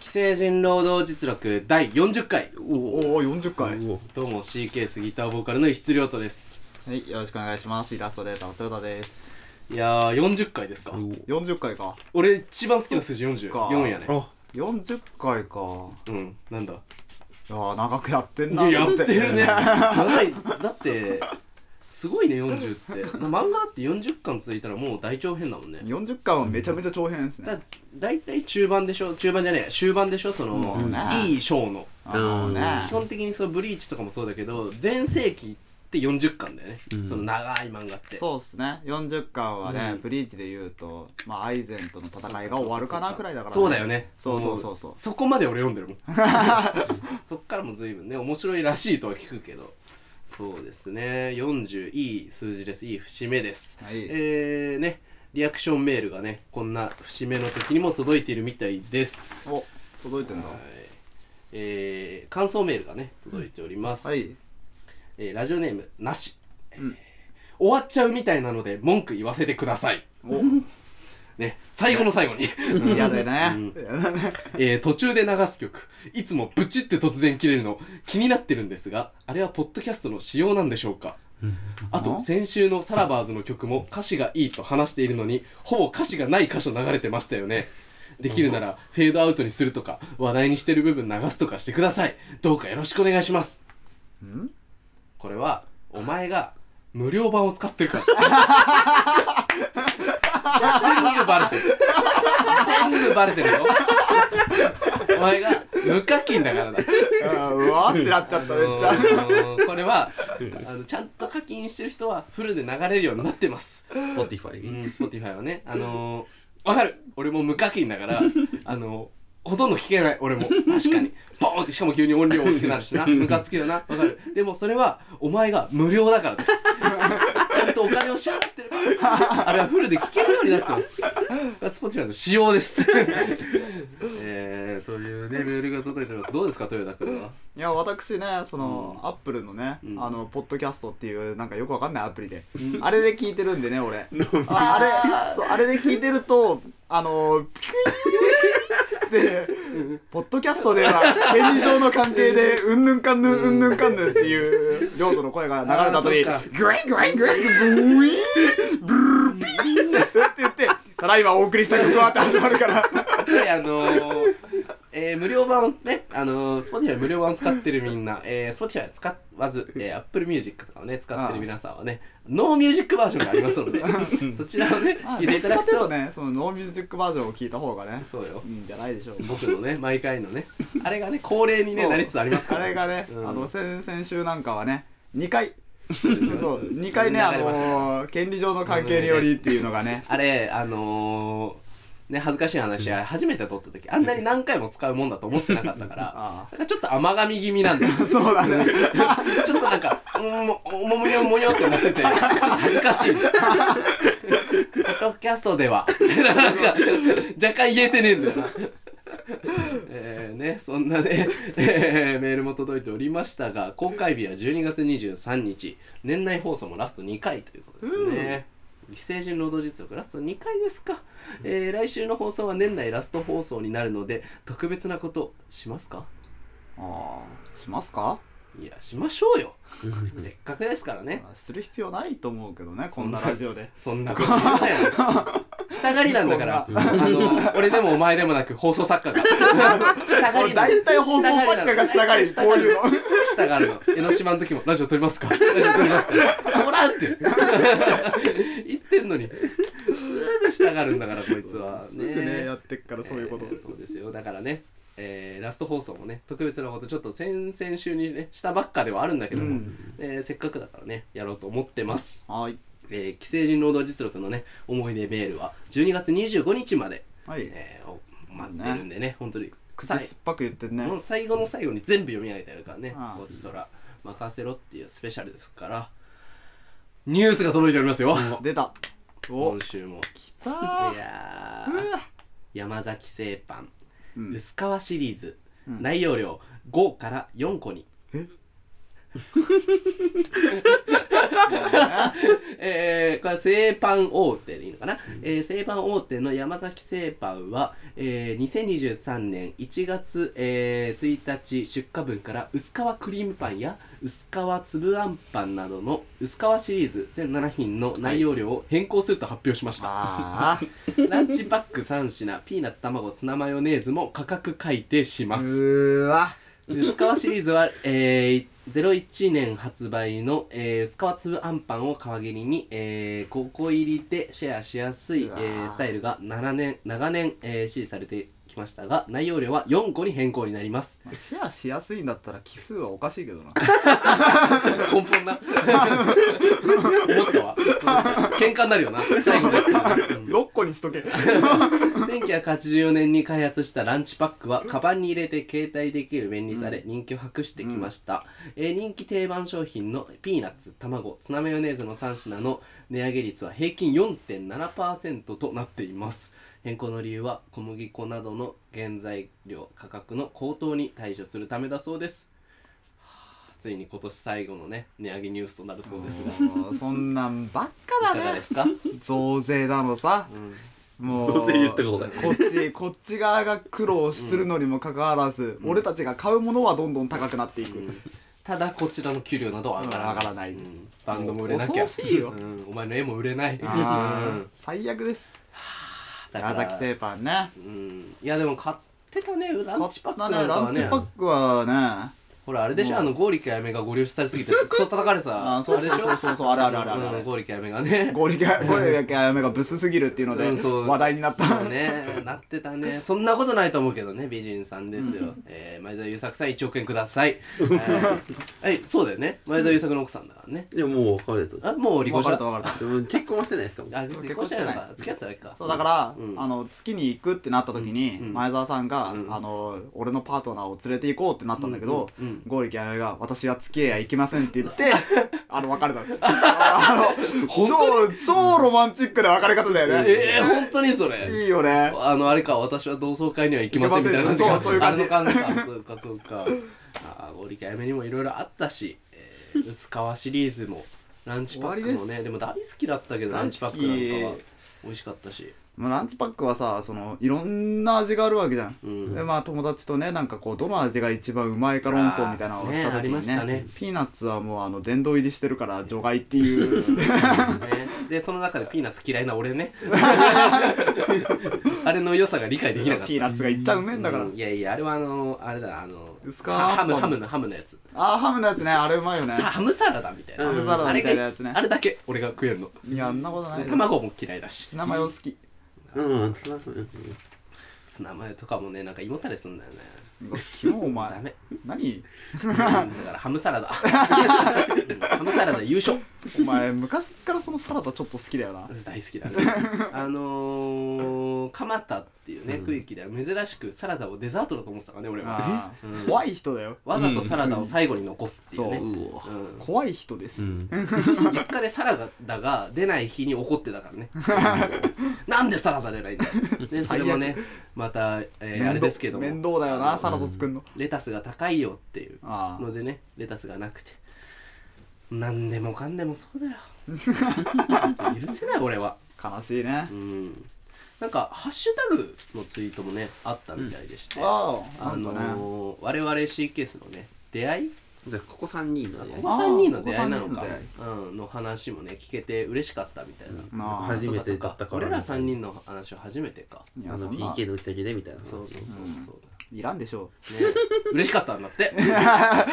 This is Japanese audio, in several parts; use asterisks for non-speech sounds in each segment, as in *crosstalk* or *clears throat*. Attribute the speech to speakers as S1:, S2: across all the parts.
S1: 成人労働実録第40回
S2: おお40回
S1: どうも CK スギターボーカルの質量とです
S2: はいよろしくお願いしますイラストレーターの豊田です
S1: いやー40回ですか
S2: 40回か
S1: 俺一番好きな数字44やね
S3: あ
S2: 40回か
S1: うんなんだ
S2: いやー長くやってん
S1: い
S2: な
S1: ややってるね
S2: *laughs*
S1: 長いだってすごいね40ってな漫画だって40巻続いたらもう大長編だもんね
S2: 40回はめちゃめちゃ長編ですね
S1: だ大体中盤でしょ中盤じゃねえ終盤でしょその、
S2: うん
S1: いい章の
S2: あのね
S1: 基本的にそのブリーチとかもそうだけど全盛期って40巻だよね、その長い漫画って
S2: そうっすね40巻はね、
S1: うん
S2: ブリーチで言うとまあアイゼンとの戦いが終わるかなくらいだから、
S1: そうだよね
S2: そうそうそうそう
S1: もそこまで俺読んでる
S2: *laughs*
S1: もんそっからも随分ね面白いらしいとは聞くけどそうですね40いい数字ですいい節目です、
S2: はい
S1: えーねリアクションメールがねこんな節目の時にも届いているみたいです、
S2: お届いてんだ
S1: えー感想メールがね届いております、
S2: はい
S1: えーラジオネームなし、終わっちゃうみたいなので文句言わせてください
S2: お
S1: ね最後の最後に、
S2: 嫌だね、 *laughs*
S1: えー途中で流す曲いつもブチって突然切れるの気になってるんですがあれはポッドキャストの仕様なんでしょうかあと先週のサラバーズの曲も歌詞がいいと話しているのにほぼ歌詞がない箇所流れてましたよねできるならフェードアウトにするとか話題にしてる部分流すとかしてくださいどうかよろしくお願いしますこれはお前が無料版を使ってる *laughs* から全部バレてる全部バレてるよお前が無課金だからだ
S2: あーうわーってなっちゃっためっちゃ
S1: あのーこれはあのちゃんと課金してる人はフルで流れるようになってます
S3: ポティファ
S1: う
S3: イ
S1: ん Spotify はねあのー、わかる俺も無課金だからあのー、ほとんど聞けない俺も確かにボーンってしかも急に音量大きくなるしなムカつくよなわかるでもそれはお前が無料だからですちゃんとお金を支払ってるからあれはフルで聞けるようになってますこれは Spotify の仕様ですえー、というねメールが届いてますどうですか豊田君はい
S2: や私ねその、アップルのね、あのポッドキャストっていうなんかよくわかんないアプリで、あれで聞いてるんでね俺ああれそうあれで聞いてるとあのピクイーンってポッドキャストでは権利上の関係でうんぬんかんぬんうんぬんかんぬんっていう領土の声が流れた後に
S1: あーそ
S2: グイングイングイングイーンブーピーンって言ってただいまお送りした曲はって始まるから
S1: で、あのーえー無料版をね、あのー、Spotify 無料版を使ってるみんな、えー、Spotify 使わず、えー、Apple Music とかをね、使ってる皆さんはね、ノーミュージックバージョンがありますので、そちらをね、
S2: まあ
S1: 聞いていただく
S2: どっちか
S1: と、
S2: っていうねそのノーミュージックバージョンを聞いた方がね
S1: そうよ
S2: いいんじゃないでしょうか
S1: 僕のね、毎回のね、あれがね、恒例に、ね、
S2: そう
S1: なりつつありますから、
S2: あれがね、
S1: うん
S2: あの先々週なんかはね2回
S1: *laughs* そうですよ
S2: そう2回ね
S1: 流
S2: あ
S1: れましたね
S2: のー権利上の関係によりっていうのが
S1: *laughs*
S2: ね
S1: あれ、あのーね、恥ずかしい話、あれ初めて撮った時、あんなに何回も使うもんだと思ってなかったから、
S2: あ
S1: なんかちょっと甘噛み気味なんだよ。
S2: そうだね
S1: *laughs* ちょっとなんか、うんも、ももにょもにょってなってて、ちょっと恥ずかしい。ポッドキャストでは、なんか、若干言えてねえんだよな。えーね、そんなね、えーメールも届いておりましたが、公開日は12月23日、年内放送もラスト2回ということですね。非成人労働実力ラスト2回ですか、えー来週の放送は年内ラスト放送になるので、特別なことしますか
S2: あーしますか
S1: いや、しましょ
S2: *laughs*
S1: うよ。せっかくですからね。
S2: する必要ないと思うけどねこんなラジオで
S1: そんなこと言うなよ。したがりなんだ
S2: *laughs*
S1: から。あの、俺でもお前でもなく放送作家が。したが
S2: 俺
S1: りなの
S2: 大体放送作家がしながりこういうの
S1: したがるの。江ノ島の時も、ラジオ撮りますかラジオ撮りますか *laughs* ほらんって。言ってんのに。すぐしたがるんだから、こいつは。
S2: すぐねやってっからそういうこと、
S1: えーそうですよだからね、えーラスト放送もね特別なことちょっと先々週に、ね、したばっかではあるんだけども、えーせっかくだからねやろうと思ってます、
S2: はい
S1: えー、既成人労働実力のね思い出メールは12月25日まで、
S2: はい
S1: えーお待ってるんでね本当に臭
S2: 口
S1: い
S2: 酸っぱく言ってんね、
S1: もう最後の最後に全部読み上げてやるからね
S2: ああ
S1: こちとら任せろっていうスペシャルですからニュースが届いておりますよ
S2: 出たお
S1: 今週も
S2: 来たー
S1: いや
S2: う
S1: ー
S2: わ
S1: 山崎製パン、
S2: うん
S1: *laughs* 薄皮シリーズ、内容量5から4個に
S2: え
S1: *laughs*
S2: *laughs*
S1: えー、これは製パン大手でいいのかな、えー、製パン大手の山崎製パンは、えー、2023年1月、えー、1日出荷分から薄皮クリームパンや薄皮粒あんパンなどの薄皮シリーズ全7品の内容量を変更すると発表しました、
S2: あ
S1: ランチパック3品ピーナッツ卵ツナマヨネーズも価格改定し
S2: あ。
S1: ま
S2: う
S1: す
S2: ーわ。
S1: 薄皮シリーズは、えー、01年発売の、えー、薄皮粒あんパンを皮切りに、えー、5個入りでシェアしやすい、え
S2: うわ
S1: ースタイルが7年長年、えー支持されてきましたが内容量は4個に変更になります
S2: まあシェアしやすいんだったら奇数はおかしいけ
S1: *laughs*
S2: どな。
S1: 根本
S2: *laughs*
S1: な思ったわ喧嘩になるよな最後に
S2: 6個にしとけ。
S1: 1984年に開発したランチパックはカバンに入れて携帯できる便利さで人気を博してきました、えー人気定番商品のピーナッツ卵ツナマヨネーズの3品の値上げ率は平均4.7%となっています変更の理由は小麦粉などの原材料価格の高騰に対処するためだそうですはあついに今年最後のね値上げニュースとなるそうですが
S2: もうそんなんばっか
S1: いか
S2: だ
S1: がで
S2: ね。
S1: すか、
S2: 増税だのさ。もう。
S3: 増税言ったことない
S2: こっち、こっち側が苦労するのにもかかわらず、俺たちが買うものはどんどん高くなっていく。
S1: ただこちらの給料などは上がらない
S2: 上がらない
S1: うんバンドも売れなきゃ
S2: 恐ろしいよ
S1: うんお前の絵も売れない
S2: あ
S1: う
S2: ー
S1: ん
S2: 最悪です。
S1: だか
S2: 矢
S1: ら
S2: 崎製パンね。
S1: うんいやでも買ってたねランチパック
S2: 買
S1: な
S2: っ
S1: んか
S2: たねラ
S1: は
S2: ンチ
S1: ね
S2: パックはね。
S1: ほらあれでしょあの剛力やめがご流出されすぎてクソ叩かれ
S2: *laughs*
S1: さ
S2: あ、そうそうそうそうそう、あれあれあれあ
S1: う
S2: れ
S1: ん。剛力やめがね
S2: ゴリが、ゴリがやめがブスすぎるっていうので、
S1: うんそう
S2: 話題になった。
S1: そうねなってたねそんなことないと思うけどね美人さんですよ、えー前澤友作さん1億円くださいはいはいそうだよね前澤友作の奥さんだからね
S3: いやもう別れた
S1: あもう離
S2: 分
S1: 婚し
S2: か
S1: た
S2: れた分かれた。
S3: でも結婚はしてないですかも
S1: あ離婚したのか付き合ってただけか
S2: そうだから、
S1: うん
S2: あの月に行くってなった時に、
S1: うん
S2: 前澤さんが、
S1: うん
S2: あの俺のパートナーを連れて行こうってなったんだけど、
S1: うんうんうん
S2: 剛力あやめが「私は付き合いは行きません」って言って
S1: *laughs*
S2: あの別れたのあの超超ロマンチックな別れ方だよね、
S1: ええー、本当にそれ
S2: いいよね
S1: あのあれか私は同窓会には行きませんみたいな感じ
S2: 行きませんそうそういう感じ
S1: あの感じかそうかそうか
S2: *laughs*
S1: ああご理解めにもいろいろあったし、えー、薄皮シリーズもランチパック
S2: 終わ
S1: も
S2: りで
S1: ね
S2: す
S1: でも大好きだったけどラ
S2: 大好き
S1: ンチパックなんかは美味しかった
S2: *laughs*
S1: し
S2: まあランチパックはさそのいろんな味があるわけじゃん、
S1: うん
S2: でまあ友達とねなんかこうどの味が一番うまいか論争みたいなのをした
S1: あ
S2: 時に
S1: ーねありましたね
S2: ピーナッツはもうあの殿堂入りしてるから除外っていう
S1: ね、でその中でピーナッツ嫌いな俺ねあれの良さが理解できなかった
S2: *laughs* ピーナッツがいっちゃうめえんだから、
S1: うんいやいやあれはあのあれだなあの
S2: 薄皮
S1: ハム
S2: ハム
S1: ハムのハムのやつ
S2: あーハムのやつねあれうまいよね
S1: さハムサラダみたいな
S3: ハム
S2: サラダみたいなやつね
S1: あれがあれだけ俺が食えんの
S2: いやあんなことないです
S1: 卵も嫌いだし
S2: ツナマヨ好き
S3: うんつながる
S1: ツナマヨとかもねなんか胃もたれすんだよね
S2: 昨日お前 *laughs*
S1: ダメ
S2: 何
S1: だからハムサラ
S2: *laughs*
S1: ダうんハムサラダ優勝
S2: お前昔からそのサラダちょっと好きだよな
S1: 大好き
S2: *laughs*
S1: だねあのー、蒲田っていうね、区域では珍しくサラダをデザートだと思ってたからね俺は
S2: あー怖い人だよ
S1: わざとサラダを最後に残すっていうね、
S2: う
S1: うん
S3: うお
S2: 怖い人です、
S3: うん
S1: 実家でサラダが出ない日に怒ってたから
S2: *laughs*
S1: ねなんでサラダ出ないんだよでそれもねまた、えー
S2: 面倒
S1: あれですけども
S2: 面倒だよなサラダ作んの、
S1: レタスが高いよっていう
S2: あ
S1: のでねレタスがなくて何でもかんでもそうだよ許せない俺は
S2: あ悲しいね、
S1: うんなんかハッシュタグのツイートもねあったみたいでして、あ
S2: ああなん
S1: の
S2: かね、
S1: ー、我々 CKS のね出会い
S3: じゃあここ3人だ
S1: こ
S3: ね
S1: こ3人の出会いなの
S2: ここ
S1: か
S2: 三人
S1: うん、の話もね聞けて嬉しかったみたいな、
S2: まあ
S3: 初め
S1: そ
S3: て
S1: うか
S3: だった
S1: そ
S3: か
S1: うから俺ら3人の話は初めてか
S2: い
S3: あ
S2: やそ
S3: の
S2: んな
S3: PK の打ち上げでみたいな
S1: そうそうそうそうだ、
S2: いらんでしょ
S1: ね、嬉しかったんだって *laughs* だか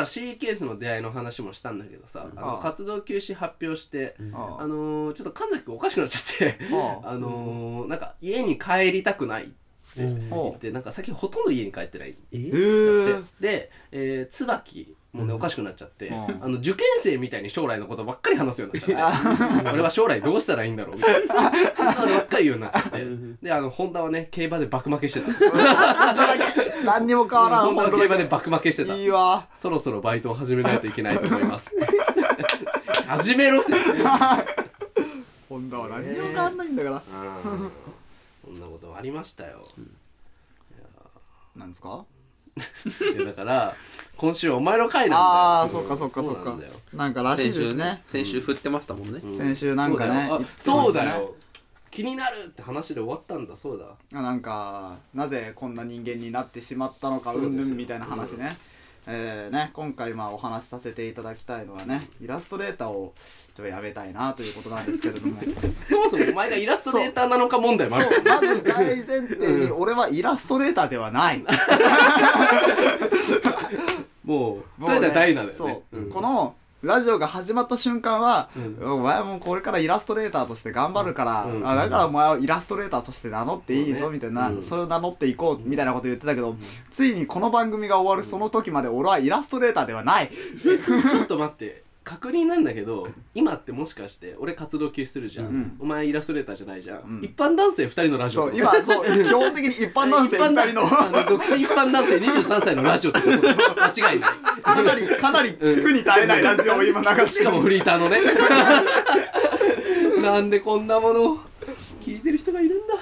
S1: ら C ケースの出会いの話もしたんだけどさあの
S2: ああ
S1: 活動休止発表して
S2: う、あ
S1: あのー、ちょっと神崎君おかしくなっちゃって
S2: ああ
S1: あのー、なんか家に帰りたくないって
S3: うん
S1: 言ってなんか最近ほとんど家に帰ってないって
S3: え
S2: え
S3: ー
S1: 言っ
S2: *laughs* ー、
S1: てで、えー、椿もねおかしくなっちゃって、
S2: うん
S1: あの受験生みたいに将来のことばっかり話すようになっちゃって俺は将来どうしたらいいんだろうみたいなそんなことばっかり言うようになっちゃって *laughs* であの本田はね競馬で爆負けしてた
S2: 何にも変わらん
S1: 本田は競馬で
S2: 本
S1: 爆負けして
S2: 当
S1: た
S2: だけいいわ
S1: そろそろバイトを始めないといけないと思います始めろって
S2: 本田は何にも変わんないんだから、
S1: そんなことありましたよ
S2: なんですか
S1: いやだから今週お前の回なんだよ
S2: ああ、
S1: うん
S2: そっかそっかそっ
S1: な
S2: か
S1: んだよ。
S2: なんからしいですね。
S3: 先週振ってましたもんね
S1: うん
S2: 先週なんかね言ってましたね
S1: そうだよあそうだよ気になるって話で終わったんだそうだ
S2: なんか、なぜこんな人間になってしまったのか、
S1: そううですよ
S2: んぬんみたいな話ね。えーね、今回まあお話しさせていただきたいのはねイラストレーターをちょっとやめたいなということなんですけれ
S1: *laughs*
S2: ども
S1: そもそもお前がイラストレーターなのか問題もある
S2: そうまず大前提に俺はイラストレーターではない
S1: もうと
S2: も
S1: り
S2: う
S1: あえ
S2: ね
S1: ず大なだよね
S2: そう、このラジオが始まった瞬間は、
S1: う
S2: お前はもうこれからイラストレーターとして頑張るから、
S1: うん
S2: あだからお前はイラストレーターとして名乗っていい
S1: そ
S2: ぞ
S1: うね
S2: みたいな、
S1: うん
S2: それを名乗っていこうみたいなこと言ってたけど、ついにこの番組が終わるその時まで俺はイラストレーターではない、
S1: ちょっと待って確認なんだけど今ってもしかして俺活動休止するじゃん、
S2: うん
S1: お前イラストレーターじゃないじゃん、
S2: うん
S1: 一般男性2人のラジオ
S2: そう今そ
S1: *laughs*
S2: う基本的に一般男性
S1: 一般
S2: 2
S1: 男
S2: 人の
S1: あの独身一般男性23歳のラジオってことです間違いない
S2: かなりかなり服に耐えないラジオを今流して
S1: しかもフリーターのね *laughs* なんでこんなものを聞いてる人がいるんだ、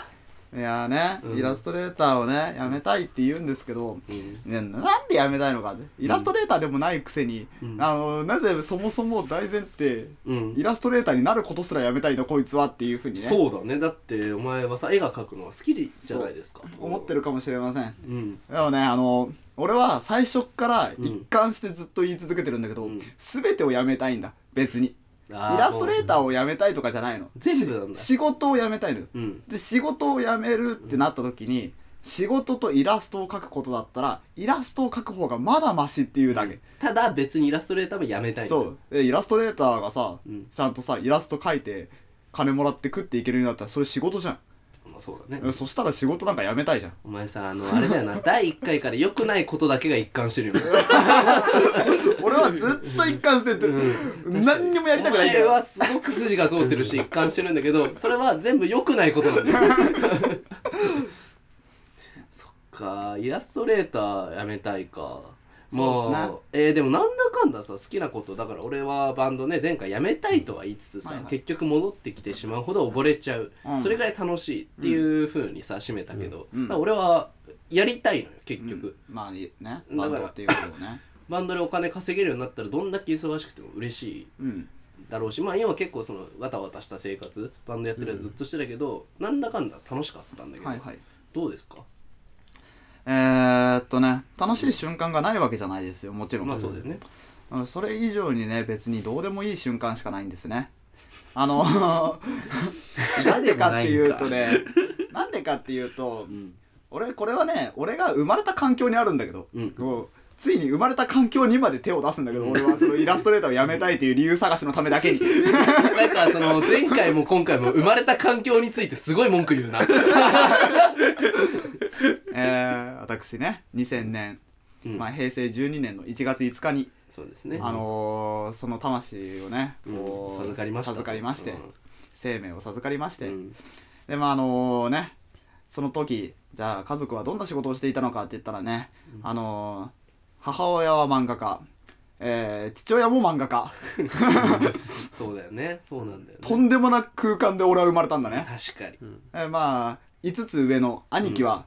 S2: いやーね、
S1: うん
S2: イラストレーターをねやめたいって言うんですけど、ね、なんでやめたいのかねイラストレーターでもないくせに、
S1: うん
S2: あのなぜそもそも大前提
S1: うん
S2: イラストレーターになることすらやめたいのこいつはっていうふうにね
S1: そうだねだってお前はさ絵が描くのは好きじゃないですか
S2: 思ってるかもしれません
S1: うん
S2: でもねあの俺は最初っから一貫してずっと言い続けてるんだけど、
S1: うん
S2: 全てをやめたいんだ別にイ
S1: イ
S2: ラストレーターをやめたいとかじゃないの
S1: 全部なんだ
S2: 仕事をやめたいのよ
S1: うん
S2: で仕事を辞めるってなった時に仕事とイラストを描くことだったらイラストを描く方がまだマシっていうだけ、
S1: ただ別にイラストレーターもやめたいんだ
S2: そうでイラストレーターがさ、
S1: うん
S2: ちゃんとさイラスト描いて金もらって食っていけるようになったらそれ仕事じゃん、
S1: まあそうだね
S2: えそしたら仕事なんか辞めたい
S1: *laughs*
S2: じゃん
S1: お前さあのあれだよな第1回から良くないことだけが一貫してるよね
S2: 俺はずっと一貫してて、何にもやりたくない
S1: お
S2: け
S1: 前
S2: ど
S1: はすごく筋が通ってるし一貫してるんだけどそれは全部良くないことなんだ
S2: *laughs*
S1: よそっかイラストレーターやめたいか
S2: そうですね
S1: まあ、えーでもなんだかんださ好きなことだから俺はバンドね前回やめたいとは言いつつさ、
S2: はいはい
S1: 結局戻ってきてしまうほど溺れちゃう、
S2: うん
S1: それぐらい楽しいっていうふうにさ締めたけど、
S2: う
S1: だ
S2: ん
S1: から俺はやりたいのよ結局、
S2: まあねバ
S1: ら
S2: ンドっていうことをね
S1: バンドでお金稼げるようになったらどんだけ忙しくても嬉しい *laughs*
S2: うん
S1: だろうしまあ今結構そのわたわたした生活バンドやってるやつずっとしてたけど、なんだかんだ楽しかったんだけど、
S2: はいはい
S1: どうですか
S2: えー、っとね楽しい瞬間がないわけじゃないですよもちろん、
S1: まあそうだよね
S2: うんそれ以上にね別にどうでもいい瞬間しかないんですね *laughs* あのなんでかっていうとねなんでかっていうと、俺これはね俺が生まれた環境にあるんだけど、
S1: うん
S2: もうついに生まれた環境にまで手を出すんだけど俺はそのイラストレーターをやめたいという理由探しのためだけ *laughs* に
S1: なんかその前回も今回も生まれた環境についてすごい文句言うな
S2: えー、私ね2000年、
S1: うん
S2: まあ、平成12年の1月5日に、
S1: そうですね
S2: あのーその魂をねこ
S1: うん
S2: う
S1: 授かりました
S2: 授かりまして、
S1: うん
S2: 生命を授かりまし
S1: う
S2: て、
S1: ん
S2: でまああのねその時じゃあ家族はどんな仕事をしていたのかって言ったらね、あのー母親は漫画家、えー父親も漫
S1: *laughs*
S2: 画家
S1: そうだよねそうなんだよ
S2: と
S1: ね
S2: んでもなく空間で俺は生まれたんだね、
S1: 確かに、
S2: えーまあ5つ上の兄貴は、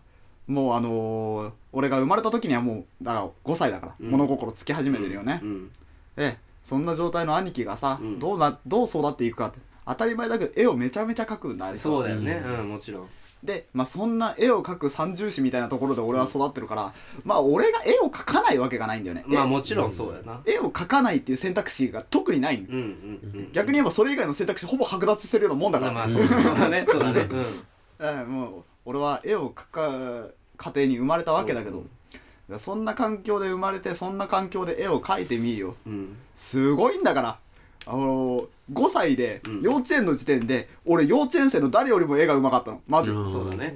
S2: もうあのー俺が生まれた時にはもうだから5歳だから、
S1: うん
S2: 物心つき始めてるよね、
S1: うん
S2: ええそんな状態の兄貴がさ、
S1: うん
S2: どうなどう育っていくかって当たり前だけど絵をめちゃめちゃ描くんだあれさ
S1: そうだよねうん、もちろん
S2: で、まあ、そんな絵を描く三重視みたいなところで俺は育ってるから、まあ俺が絵を描かないわけがないんだよね、
S1: まあもちろんそうやな
S2: 絵を描かないっていう選択肢が特にないんだ
S1: うんうんうん
S2: 逆に言えばそれ以外の選択肢ほぼ剥奪してるようなもんだか
S1: ま
S2: ら、
S1: あまあそうそうだねそうだねうん
S2: うんもう俺は絵を描か家庭に生まれたわけだけど、そんな環境で生まれてそんな環境で絵を描いてみるよ
S1: うん
S2: すごいんだからあの5歳で幼稚園の時点で、俺幼稚園生の誰よりも絵がうまかったのまず、
S3: ん
S1: そうだね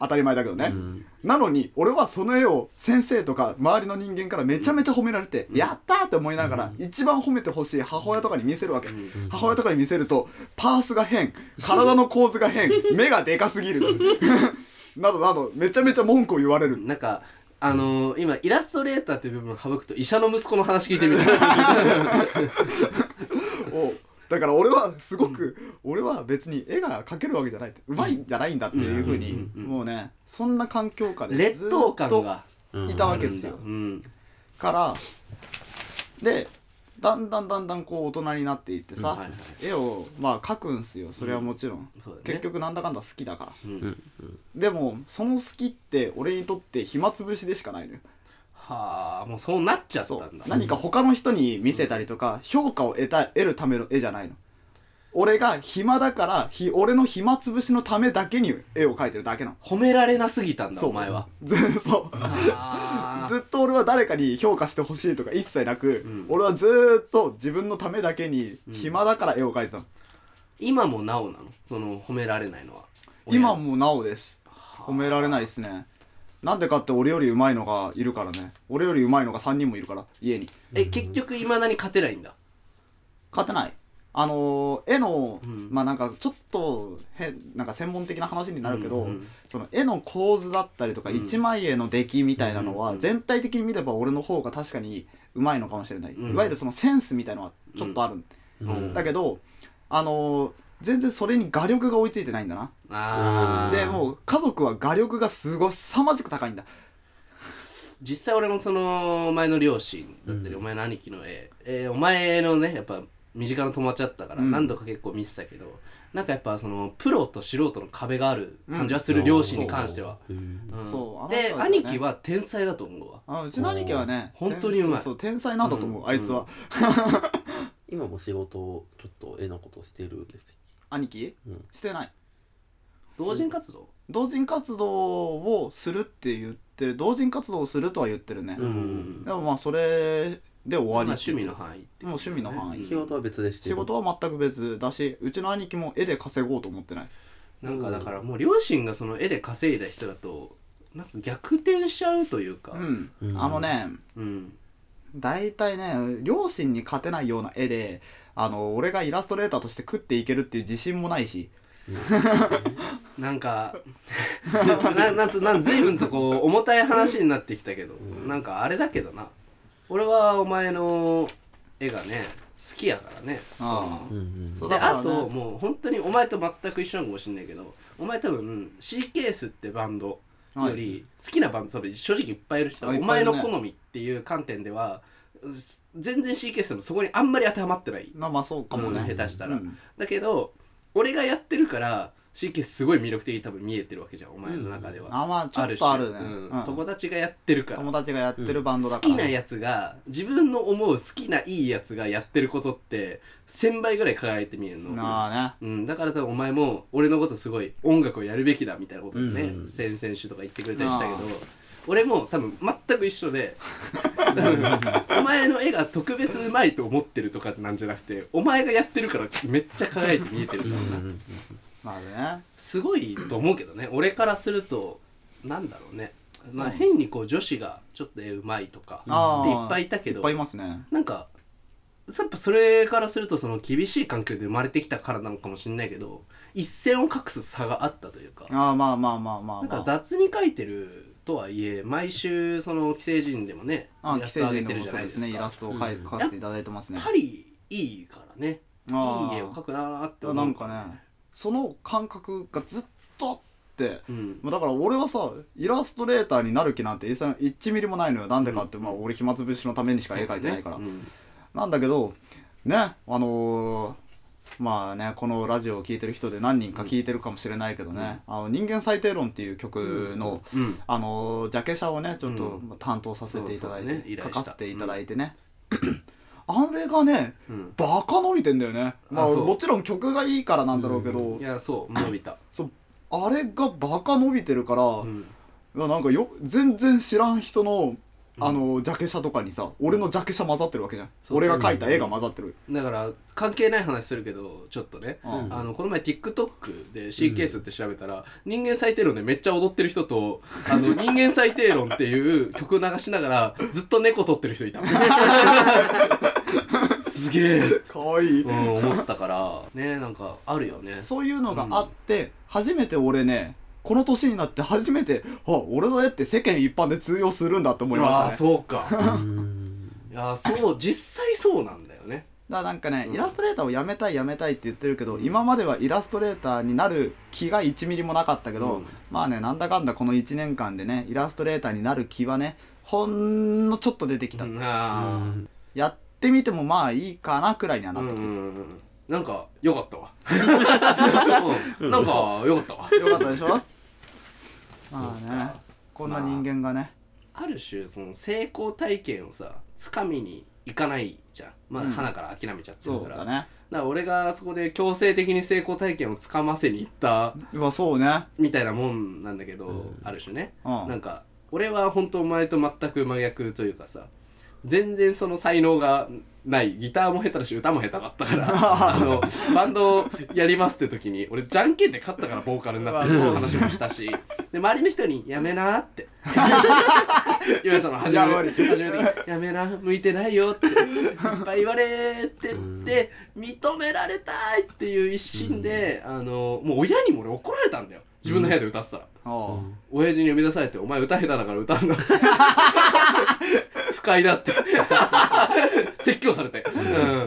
S2: 当たり前だけどね、
S3: ん
S2: なのに俺はその絵を先生とか周りの人間からめちゃめちゃ褒められて、やったーって思いながら一番褒めてほしい母親とかに見せるわけ、母親とかに見せるとパースが変体の構図が変目がでかすぎる *laughs* などなどめちゃめちゃ文句を言われる
S1: なんかあのー、今イラストレーターっていう部分を省くと医者の息子の話聞いてみた
S2: おだから俺はすごく、俺は別に絵が描けるわけじゃないってうまいんじゃないんだっていうふうに、もうねそんな環境下で
S1: 劣
S2: ずっ
S1: 等
S2: と
S1: 感が
S3: うん
S2: いたわけですよ
S1: うん
S2: からでだんだんだんだんこう大人になっていってさ、
S1: うんはいはい
S2: 絵をまあ描くんすよそれはもちろん、
S1: そうだね
S2: 結局なんだかんだ好きだから、
S1: うん
S2: でもその好きって俺にとって暇つぶしでしかないのよ
S1: はあもうそうなっちゃった
S2: そうん
S1: だ
S2: 何か他の人に見せたりとか、評価を得た得るための絵じゃないの俺が暇だからひ俺の暇つぶしのためだけに絵を描いてるだけなの
S1: 褒められなすぎたんだ
S2: そう
S1: お前は
S2: ずそう
S1: あ
S2: ずっと俺は誰かに評価してほしいとか一切なく、
S1: ん
S2: 俺はずーっと自分のためだけに暇だから絵を描いてたの、
S1: 今もなおなのその褒められないのは
S2: 今もなおです褒められないですねなんでかって俺より上手いのがいるからね俺より上手いのが3人もいるから家に
S1: え結局いまだに勝てないんだ
S2: 勝てないあのー絵の、
S1: うん
S2: まあなんかちょっと変なんか専門的な話になるけど、
S1: うんうん
S2: その絵の構図だったりとか
S1: うん
S2: 一枚絵の出来みたいなの
S1: うん
S2: は
S1: うん
S2: 全体的に見れば俺の方が確かに上手いのかもしれない、
S1: うん
S2: いわゆるそのセンスみたいのはちょっとある、
S1: うん
S2: だけどあのー全然それに画力が追いついてないんだな
S1: あー
S2: でもう家族は画力がすごい凄まじく高いんだ
S1: 実際俺もそのお前の両親だったり、お前の兄貴の絵、えーお前のねやっぱ身近な友達だったから
S2: うん
S1: 何度か結構見てたけど、なんかやっぱそのプロと素人の壁がある感じはする、両親に関しては、
S3: うん
S1: うん
S2: そう
S1: で、
S2: あの人はね
S1: 兄貴は天才だと思うわ
S2: あうちの兄貴はね
S1: おー本当にうまい
S2: 天そう天才なんだと思う、
S1: うん
S2: あいつは、
S1: うん
S3: 今も仕事をちょっと絵のことしてるんですよ
S2: 兄貴、
S3: うん
S2: してない
S1: 同人活動
S2: 同人活動をするって言ってる同人活動をするとは言ってるね、
S3: うん
S2: でもまあそれで終
S1: まあ
S2: わりって
S1: 趣
S2: いう
S1: 味の範囲って
S2: もう趣味の範囲、
S1: うん
S3: 仕事は別でして
S2: 仕
S3: る
S2: 事は全く別だしうちの兄貴も絵で稼ごうと思ってない
S1: なんかだからもう両親がその絵で稼いだ人だとなんか逆転しちゃうというか
S2: うん、
S3: うん
S2: あのね
S1: うん
S2: 大体ね両親に勝てないような絵であの俺がイラストレーターとして食っていけるっていう自信もないし
S1: なんか *laughs* ななんつなん随分とこう重たい話になってきたけど、なんかあれだけどな俺はお前の絵がね好きやからね
S2: あ
S3: うんうん
S2: そう
S1: で
S2: だから
S1: あ
S2: ね
S1: ともう本当にお前と全く一緒なのかもしんないけどお前多分 C ケースってバンドより好きなバンド多分正直いっぱいいる人は
S2: あい
S1: お
S2: っぱ
S1: 前
S2: いいるね
S1: の好みっていう観点ではうす全然 C ケースでもそこにあんまり当てはまってない
S2: まあまあそうかもね、
S1: うん下手したら、
S2: うん
S1: だけど俺がやってるから C ケースすごい魅力的に多分見えてるわけじゃんお前の中では、
S2: あまあちょっとあるね
S1: しうん
S2: うん
S1: 友達がやってるから
S2: 友達がやってるバンドだ
S1: 好
S2: から、
S1: きなやつが自分の思う好きないいやつがやってることって1000倍ぐらい輝いて見えるの
S2: なあ
S1: うん、だから多分お前も俺のことすごい音楽をやるべきだみたいなことをね、
S3: うんうん
S1: 先々週とか言ってくれたりしたけど俺も多分全く一緒で *laughs* お前の絵が特別うまいと思ってるとかなんじゃなくてお前がやってるからめっちゃ輝いて見えてるんだろうな
S3: うん
S2: まあね
S1: すごいと思うけどね俺からするとなんだろうね、まあ、
S2: うん
S1: 変にこう女子がちょっと絵うまいとか
S2: あ
S1: っ
S2: ー
S1: ていっぱいいたけ
S2: い
S1: ど
S2: っぱいいますね
S1: なんかやっぱそれからするとその厳しい環境で生まれてきたからなのかもしれないけど一線を画す差があったというか
S2: ああまあまあまあまあ
S1: なん
S2: ま
S1: か
S2: あ
S1: 雑に描いてるとはいえ毎週その既成人でもね
S2: あ
S1: イラスト上げ
S2: の
S1: てるじゃないですか
S2: イラストを描い描かせていただいてます
S1: や
S2: ね
S1: っぱりいいからね
S2: あ
S1: い
S2: ー
S1: い絵を描くなーって思う
S2: なんかねその感覚がずっとあって、
S1: うん
S2: まあだから俺はさイラストレーターになる気なんて一切1ミリもないのよなんでかって、まあ俺暇つぶしのためにしか絵描いてないから、
S1: ねうん
S2: なんだけどねあのーまあねこのラジオを聴いてる人で何人か聴いてるかもしれないけどね「あの人間最低論」っていう曲の、
S1: うん
S2: あのージャケ写をねちょっと
S1: う
S2: 担当させていただいて、
S1: そうそうね依
S2: 書
S1: 頼した
S2: かせていただいてね、 *clears throat* あれがね、
S1: うん
S2: バカ伸びてんだよねまあ
S1: あそう
S2: もちろん曲がいいからなんだろうけど、
S1: いやそう伸びた
S2: そうあれがバカ伸びてるから、
S1: うん
S2: いやなんかよ全然知らん人のあのジャケ写とかにさ俺のジャケ写混ざってるわけじゃん
S1: そう
S2: 俺が描いた絵が混ざってる、
S1: だから関係ない話するけどちょっとね、
S2: うん
S1: あのこの前 TikTok で C ケースって調べたら、人間最低論でめっちゃ踊ってる人とあ
S2: *laughs*
S1: の人間最低論っていう曲を流しながらずっと猫撮ってる人
S2: *laughs*
S1: いたすげえ、
S2: かわいい、
S1: うん、思ったからねなんかあるよね
S2: そういうのがあって、初めて俺ねこの年になって初めてあ俺の絵って世間一般で通用するんだと思い
S1: あ *laughs*
S2: ま
S1: あ
S2: したね
S1: そうか
S3: うん
S1: いやそう実際そうなんだよね
S2: だからなんかね、
S1: うん
S2: イラストレーターをやめたいやめたいって言ってるけど、今まではイラストレーターになる気が1ミリもなかったけど、
S1: うん
S2: まあねなんだかんだこの1年間でねイラストレーターになる気はねほんのちょっと出てきた、
S3: う
S1: あ
S3: ん
S2: やってみてもまあいいかなくらいには
S1: あう
S2: な
S1: んう
S2: った、
S1: んうんなんか良かった
S2: *laughs*
S1: わうんなんか良かったわ
S2: よかったでしょま
S1: そう
S2: あね
S1: か
S2: こんな人間がね、
S1: ある種その成功体験をさ掴みに行かないじゃんまあ、
S2: うん
S1: 花から諦めちゃってる
S2: そ
S1: か
S2: う
S1: ら
S2: だ
S1: だか
S2: ね
S1: ら俺がそこで強制的に成功体験をつかませに行った
S2: うわそうね
S1: みたいなもんなんだけど、
S3: ん
S1: ある種ね、
S2: うん
S1: なんか俺は本当お前と全く真逆というかさ全然その才能がないギターも下手だし歌も下手だった
S2: *laughs*
S1: からあのバンドをやりますって時に俺じゃんけんで勝ったからボーカルになったって
S2: う
S1: い
S2: わ
S1: う
S2: そう
S1: 話もしたしで周りの人に「やめな」っていわゆるその初め
S2: やばい
S1: 初めに「やめな向いてないよ」っていっぱい言われてって認められたいっていう一心で、あのもう親にも俺怒られたんだよ自分の部屋で歌ってたら。
S2: おう
S1: 親父に呼び出されて「お前歌下手だから歌うな」
S2: *laughs*
S1: 不快だって *laughs* 説教されて、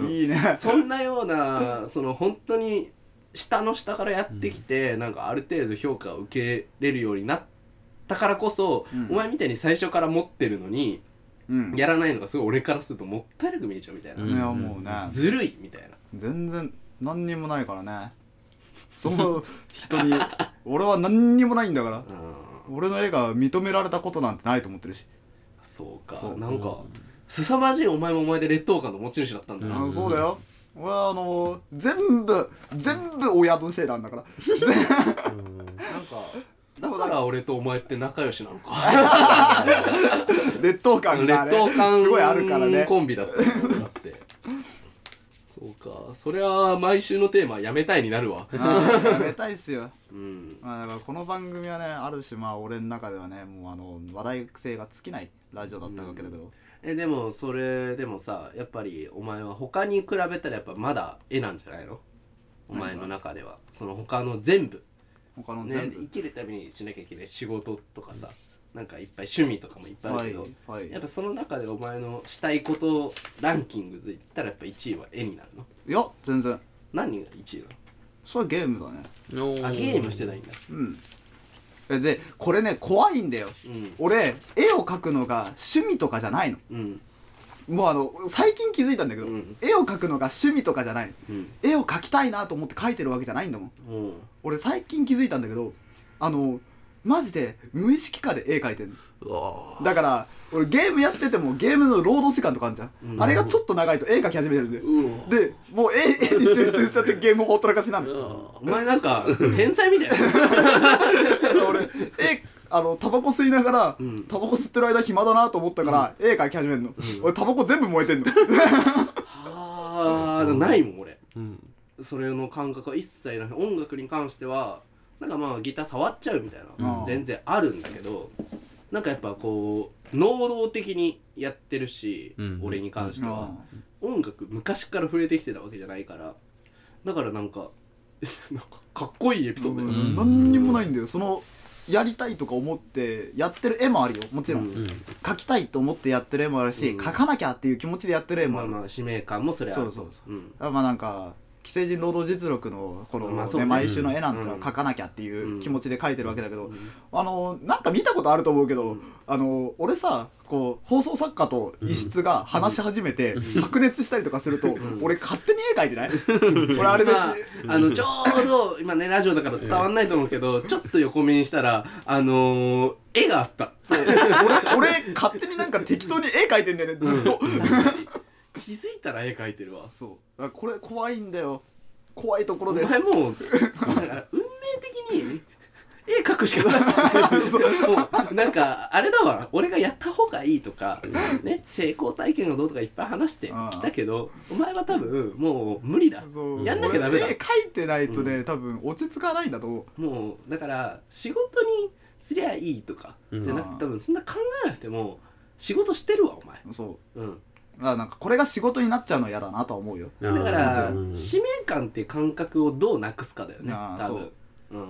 S1: うん、
S2: いいね
S1: そんなようなその本当に下の下からやってきて、なんかある程度評価を受けれるようになったからこそ、
S2: うん
S1: お前みたいに最初から持ってるのに
S2: うんいや
S1: やらないのがすごい俺からするともったいなく見えちゃうみたいな、
S3: うん
S2: もうね
S1: ずるいみたいな
S2: 全然何にもないからねその
S1: *laughs*
S2: 人に俺は何にもないんだから
S1: うん
S2: 俺の絵が認められたことなんてないと思ってるし
S1: そうか
S2: そう
S1: なんか凄まじいお前もお前で劣等感の持ち主だったんだ
S2: あ
S1: な、
S2: のそうだよ俺はあの全部全部親のせいなんだから *laughs*
S1: なんかだから俺とお前って仲良しなのか
S2: 劣等感が、
S1: 劣
S2: ね、
S1: 等感
S2: すごいあるからね
S1: コンビだったんだよだってそうかそりゃ毎週のテーマ「やめたい」になるわ
S2: うんやめたいっすよ、
S1: うん
S2: まあ、だからこの番組はねある種まあ俺の中ではねもうあの話題性が尽きないラジオだったわけだけど、
S1: えでもそれでもさやっぱりお前は他に比べたらやっぱまだ絵なんじゃないのお前の中ではその他の全部
S2: 他の
S1: ね
S2: 全
S1: 生
S2: 部、
S1: きるためにしなきゃいけない仕事とかさなんかいっぱい趣味とかもいっぱいあるけど、
S2: はいはい
S1: やっぱその中でお前のしたいことランキングで言ったらやっぱ1位は絵になるの
S2: いや全然
S1: 何が1位な
S2: それはゲームだね
S1: のあゲームしてないんだ
S2: うんえでこれね怖いんだよ
S1: うん
S2: 俺絵を描くのが趣味とかじゃないの
S1: うん
S2: もうあの最近気づいたんだけど、
S1: うん
S2: 絵を描くのが趣味とかじゃないの
S1: うん
S2: 絵を描きたいなと思って描いてるわけじゃないんだもん
S1: うん
S2: 俺最近気づいたんだけどあのマジで無意識化で絵描いてる
S3: うわ
S2: だから俺ゲームやっててもゲームの労働時間とかあるじゃん、
S1: うん
S2: あれがちょっと長いと絵描き始めてるんで、
S3: うわ
S2: でもう絵絵に集中しちゃってゲームほったらかしなの
S3: う
S2: よ
S3: わ
S1: お前なんか天才みたいな
S2: 俺絵あのタバコ吸いながら、
S1: ん
S2: タバコ吸ってる間暇だなと思ったから、絵描き始めるの、俺タバコ全部燃えてんの
S1: はあないもん俺
S3: うん
S1: それの感覚は一切なく音楽に関してはなんかまあギター触っちゃうみたいな、
S2: うん
S1: 全然あるんだけどなんかやっぱこう能動的にやってるし、
S3: うん
S1: 俺に関しては、
S2: う
S1: 音楽昔から触れてきてたわけじゃないからだからなんか *laughs* なんかかっこいいエピソードだよね、
S2: ん何にもないんだよそのやりたいとか思ってやってる絵もあるよもちろん、
S1: うん
S2: 描きたいと思ってやってる絵もあるし、
S1: うん
S2: 描かなきゃっていう気持ちでやってる絵も
S1: ま
S2: あ
S1: あ
S2: る、
S1: まあ使命感もそれある、
S2: そうそうそう
S1: ん、
S2: あまあなんか既成人労働実力のこの、
S1: まあそう
S2: ね
S1: ね
S2: 毎週の絵なんての
S1: うん
S2: は描かなきゃっていう気持ちで描いてるわけだけど、
S1: ん
S2: あのなんか見たことあると思うけど、あの俺さこう放送作家と異質が話し始めて、白熱したりとかすると、俺勝手に絵描いてない俺あれ別に、
S1: まあ、あのちょうど今ねラジオだから伝わんないと思うけど、ちょっと横目にしたらあのー、絵があった
S2: そう俺俺勝手になんか適当に絵描いてんだよねずっと、
S1: 気づいたら絵描いてるわ
S2: そうだからこれ怖いんだよ怖いところ
S1: お
S2: です
S1: 前もうだから運命的に絵描くしかないもうなんかあれだわ俺がやった方がいいとか、ね、成功体験がどうとかいっぱい話してきたけどお前は多分もう無理だ
S2: そう
S1: やんなきゃダメだ
S2: 俺絵描いてないとね、多分落ち着かないんだと思う
S1: もうだから仕事にすりゃいいとかじゃなく
S2: うん
S1: て多分そんな考えなくても仕事してるわお前
S2: そう
S1: うん
S2: だからなんかこれが仕事になっちゃうのは嫌だなとは思うよ
S1: だから
S3: うん
S1: 使命感って感覚をどうなくすかだよね
S2: あー
S1: 多
S2: そう
S1: 分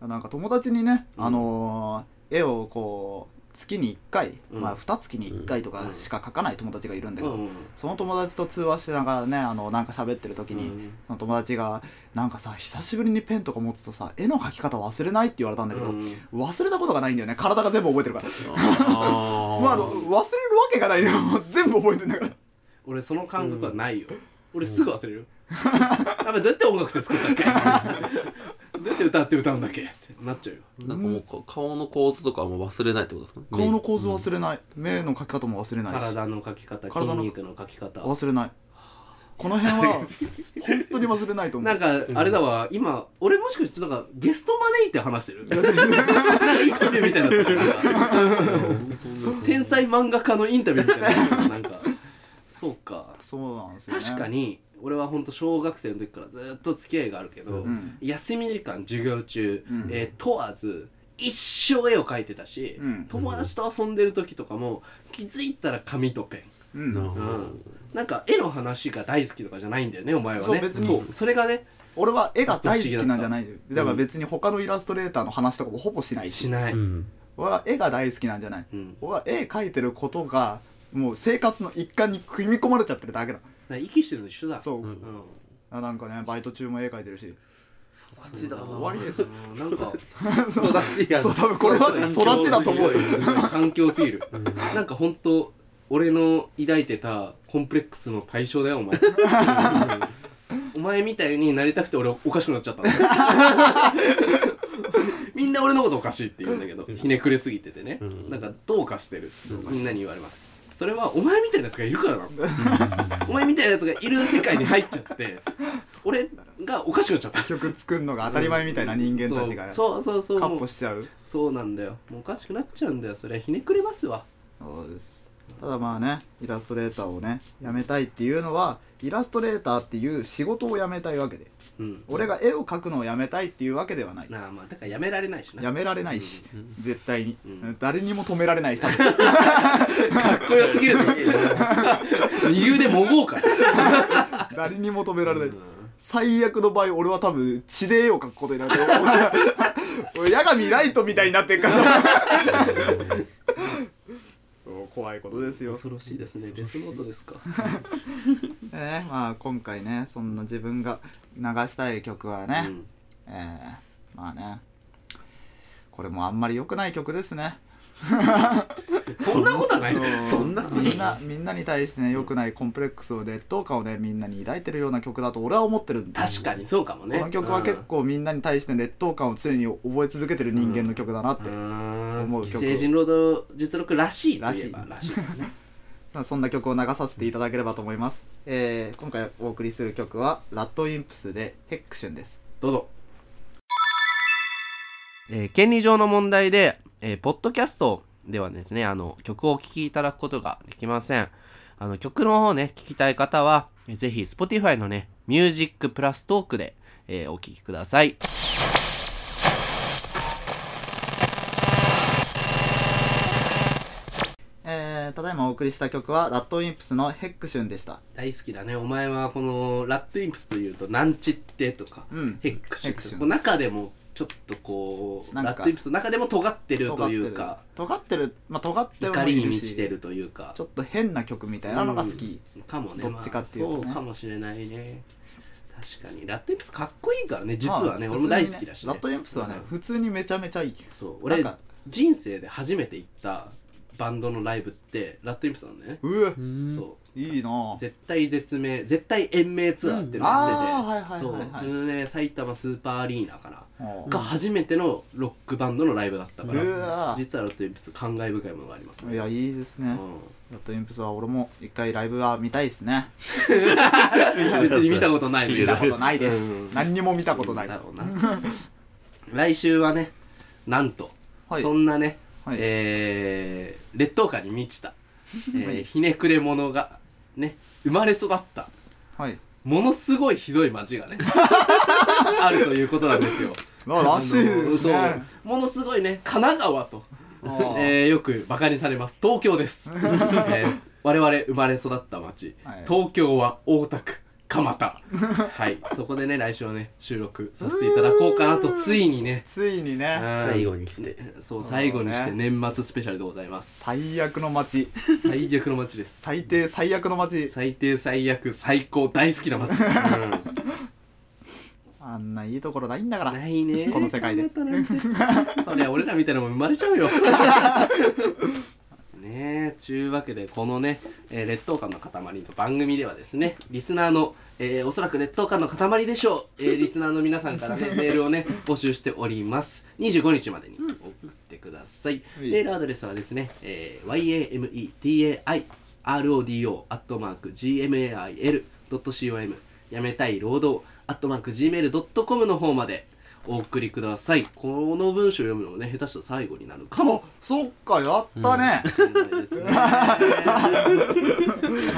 S1: うん
S2: なんか友達にね、
S1: うん
S2: あのー絵をこう月に1回、
S1: うん
S2: まあ2月に1回とかしか描かない友達がいるんだけど、
S1: うん
S2: その友達と通話しながらねあのなんか喋ってる時に、
S1: うん
S2: その友達が「なんかさ久しぶりにペンとか持つとさ絵の描き方忘れない?」って言われたんだけど、
S1: うん *laughs*
S2: 忘れたことがないんだよね体が全部覚えてるから
S3: あ
S2: もうあの忘れるわけがないよ *laughs* 全部覚えてんだから
S1: 俺その感覚はないよ、俺すぐ忘れるよやべどうやって音楽って作ったっけ
S3: *laughs*
S1: どうやって歌って歌うんだっけってなっちゃうよ
S3: なんかもうか顔の構図とかはもう忘れないってことですかね
S2: 顔の構図忘れない、目の描き方も忘れないし
S1: 体の描き方
S2: 体の
S1: 筋肉の描き方
S2: 忘れないこの辺は本当に忘れないと思
S1: なん
S2: う
S1: かあれだわ、今俺もしかしてなんかゲスト招いて話してるなんかインタビューみたいになってる
S2: *laughs*
S1: なんか
S3: *laughs*
S1: 天才漫画家のインタビューみたいになってるなんかそうか
S2: そうなんですよね
S1: 確かに俺は本当小学生の時からずっと付き合いがあるけど、
S2: ん
S1: 休み時間授業中、
S2: うん
S1: えー問わず一生絵を描いてたし、
S2: うん
S1: 友達と遊んでる時とかも気づいたら紙とペン
S2: う
S3: なる
S2: ん、
S3: ほ
S1: うんなんか絵の話が大好きとかじゃないんだよねお前はね
S2: そう別に
S1: そうそれがね
S2: 俺は絵が大好きなんじゃないだから別に他のイラストレーターの話とかもほぼしない
S1: し
S2: し
S1: ない、
S3: どうん
S2: 俺は絵が大好きなんじゃない、
S1: うん
S2: 俺は絵描いてることがもう生活の一環に組み込まれちゃってるだけだ
S1: だから息してるの一緒だ
S2: そう、
S3: ん
S1: うん
S2: あなんかねバイト中も絵描いてるし
S3: 育ちだな
S2: 終わりです
S1: うんなん
S2: *laughs*
S1: か
S3: 育ちやな
S2: そう多分これは育ちだと思う
S1: すごいすごい環境すぎる *laughs* なんか本当俺の抱いてたコンプレックスの対象だよお
S2: *laughs*
S1: 前お前みたいになりたくて俺おかしくなっちゃった
S2: *laughs*
S1: のみんな俺のことおかしいって言うんだけどひねくれすぎててね、
S3: ん
S1: なんかどうかしてるってみんなに言われますそれはお前みたいなやつがいるからなの
S2: *laughs*
S1: お前みたいなやつがいる世界に入っちゃって俺がおかしくなっちゃった
S2: 曲作るのが当たり前みたいな人間たちが
S1: そうそうそうそう
S2: カ
S1: も
S2: ッ
S1: う
S2: ポしちゃう
S1: そうなんだよもうおかしくなっちゃうんだよそれはひねくれますわ
S2: そうですただまあねイラストレーターをね辞めたいっていうのはイラストレーターっていう仕事を辞めたいわけで
S1: うん
S2: 俺が絵を描くのを辞めたいっていうわけではない
S1: なあまあだからやめられないしな
S2: や
S1: か
S2: められないし、
S3: ん
S2: 絶対に、
S1: ん
S2: 誰にも止められ *laughs* ないし多分
S1: っこよすぎるとき右腕もごう
S2: *laughs*
S1: から
S2: 誰にも止められない、最悪の場合俺は多分血で絵を描くことになる *laughs* と俺八神ライトみたいになってるからそう *laughs* 怖いことですよ
S1: 恐ろしいですねデスノートですか
S2: でねまあ今回ねそんな自分が流したい曲はね、
S1: うん
S2: えーまあねこれもあんまり良くない曲ですね
S1: そんなことはないよ
S2: そんなみんなみんなに対してね良くないコンプレックスを劣等感をねみんなに抱いてるような曲だと俺は思ってるんだ
S1: 確かにそうかもね
S2: この曲は結構みんなに対して劣等感を常に覚え続けてる人間の曲だなって、
S1: う
S2: だか
S1: ん
S2: 思う曲
S1: 成人労働実力らしいといえばらしいからね
S2: らそんな曲を流させていただければと思います、えー今回お送りする曲は「ラッドインプス」で「ヘックシュン」です
S1: どうぞ、えー権利上の問題で、えーポッドキャストではですねあの曲をお聴きいただくことができませんあの曲の方をね聞きたい方はえーぜひ Spotify のね「ミュージックプラストークで、えーお聴きください
S2: えーただいまお送りした曲は「ラッドインプス」の「ヘックシュン」でした
S1: 大好きだねお前はこのラットインプスというと「なんちって」とか
S2: うん
S1: ヘックシュ」
S2: ヘックシュ
S1: こう中でもちょっとこう
S2: なんか
S1: ラットインプスの中でも尖ってる
S2: 尖
S1: と
S2: って
S1: いう
S2: る
S1: か
S2: 尖ってるまあ尖って
S1: 怒
S2: も
S1: り
S2: い
S1: に
S2: る
S1: 満ちて
S2: し
S1: るというか
S2: ちょっと変な曲みたいなのが好き、
S1: うんかもね
S2: どっちかっていうとね
S1: まあそうかもしれないね確かにラットインプスかっこいいからね実はね、俺も大好きだし、ね、
S2: ラッドインプスはね
S1: うん
S2: 普通にめちゃめちゃいい
S1: そう
S2: なん
S1: 俺
S2: か
S1: 人生で初めて行ったバンドのライブってラットインプスなんだよね、
S2: うえ
S1: そ
S2: いいな
S1: う
S2: ぁ
S1: 絶対絶命絶対延命ツアーっての
S2: うんあーはい
S1: やって
S2: は
S1: て
S2: い
S1: そう
S2: はいはい
S1: それでね埼玉スーパーアリーナかな
S2: うん
S1: が初めてのロックバンドのライブだったか
S2: うわ
S1: ら実はラットインプス感慨深いものがあります
S2: い
S1: ね
S2: やいいですね
S1: う
S2: ラッドインプスは俺も一回ライブは見たいですね
S1: ん、別に見たことないの
S3: い
S1: に
S2: 見
S3: や
S2: たことないです
S1: うん
S2: 何にも見たことない
S1: だろうな *laughs* 来週はねなんと、
S2: はい
S1: そんなね、
S2: はい
S1: えー劣等感に満ちた、えーひねくれ者がね生まれ育った
S2: はい
S1: ものすごいひどい街が
S2: *laughs*
S1: ねあるということなんですよ。
S2: あらしいです
S1: そう
S2: ね
S1: ものすごいね神奈川と、
S2: あー
S1: えーよくバカにされます東京
S2: *laughs*
S1: です、えー我々生まれ育った町、
S2: はい
S1: 東京は大田区蒲
S2: *laughs*
S1: 田はいそこでね来週はね収録させていただこうかなとついにね
S2: ついにね
S1: うん
S3: 最後に来て
S1: そう最後にして
S2: そう
S1: 年末スペシャルでございます
S2: 最悪の街
S1: 最悪の街です
S2: 最低最悪の街
S1: 最低最悪最高大好きな
S2: *laughs*
S1: 街、
S2: あんないいところないんだから
S1: ないね
S2: この
S1: *laughs*
S2: 世界で
S1: 考えたなんてそりゃ俺らみたいなのも生まれちゃうよ *laughs* ねえというわけでこのね、えー劣等感の塊の番組ではですねリスナーの、えーおそらく劣等感の塊でしょう、えーリスナーの皆さんからねメールをね募集しております25日までに送ってください、
S2: はい
S1: メールアドレスはですね、えー、yametairodo.gmail.com やめたい労働 .gmail.com の方までお送りくださいこの文章読むのもね下手したら最後になるかも
S2: あそっかやったね、
S1: ですねハッ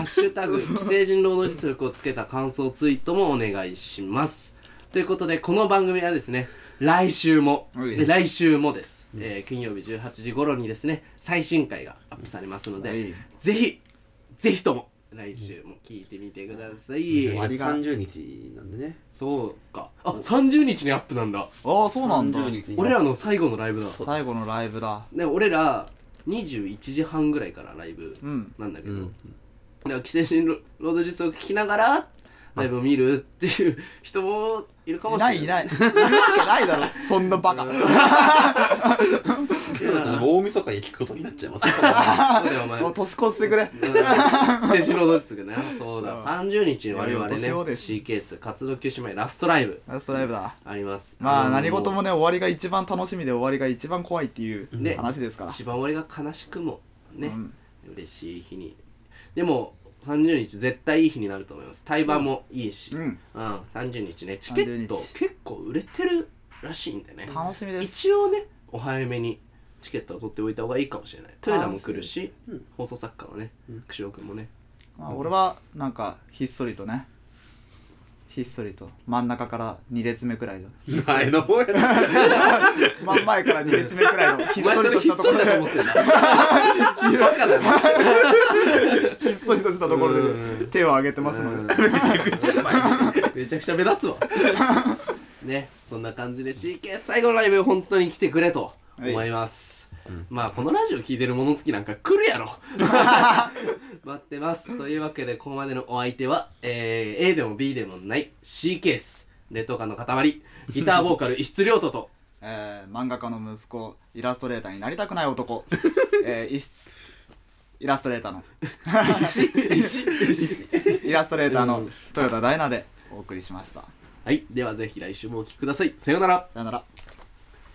S1: シュタグ既成人労働実力をつけた感想ツイートもお願いしますということでこの番組はですね来週も
S2: はい
S1: で来週もです、えー金曜日18時頃にですね最新回がアップされますので、
S2: はい
S1: ぜひぜひとも来週も聞いてみてください、
S2: んありが
S3: 三十日なんでね。
S1: そうかあ30日にアップなんだ
S2: ああそうなんだ
S3: 30日に
S1: 俺
S3: *laughs*
S1: らの最後のライブだ
S2: 最後のライブだ
S1: で俺ら21時半ぐらいからライブ
S2: うん
S1: なんだけ
S3: う
S1: ど、
S3: ん。
S1: だから既成人ロロード実装を聞きながらライブを見るっていう人もいるかも
S2: い
S1: しれ
S2: な
S1: ない
S2: いいないいるわけないだろ *laughs* そんなバカ
S1: いや
S3: 大晦日に聞くことになっちゃいます。
S1: そうだよお前
S2: *laughs* もう年越してくれ
S1: 精神労働室がねそうだ30日に我々ね
S2: いやいや年をです
S1: C ケース活動休止前ラストライブ
S2: ラストライブだ
S1: あります
S2: まあ
S1: の
S2: 何事もね終わりが一番楽しみで終わりが一番怖いっていう
S1: ね
S2: 話ですから
S1: 一番俺が悲しくもね、
S2: うん
S1: 嬉しい日にでも30日絶対いい日になると思います対バンもいいし、
S2: うん
S1: う
S2: うんん
S1: 30日ねチケット
S2: 30日
S1: 結構売れてるらしいんでね
S2: 楽しみです
S1: 一応ねお早めにチケットを取っておいた方がいいかもしれない豊田も来るし、放送作家のね久代君もね
S2: まあ俺はなんかひっそりとねひっそりと真ん中から2列目くらいの
S3: *laughs* 前の方やな。
S2: 真ん前から2列目くらい *laughs* のひ
S1: お
S2: っ
S1: 前
S2: そ
S1: それ
S2: りとし
S1: ひった
S2: と
S1: そ
S2: こ
S1: りだ
S2: ろ
S1: と
S2: で
S1: 思ってんだバカだな
S2: ひっそりとしたところで手を挙げてますので
S1: めちゃくちゃ目立つわねそんな感じで CK 最後のライブ本当に来てくれと思います、まあこのラジオ聞いてる物好きなんか来るやろ待ってますというわけでここまでのお相手は、えー A でも B でもない C ケースレッド感の塊ギターボーカル石津亮斗と
S2: えー漫画家の息子イラストレーターになりたくない男えーいしイラストレーターの
S1: 石
S2: *laughs* イラストレーターの豊田ダイナでお送りしました
S1: はいではぜひ来週もお聴きくださいさようなら
S2: さよなら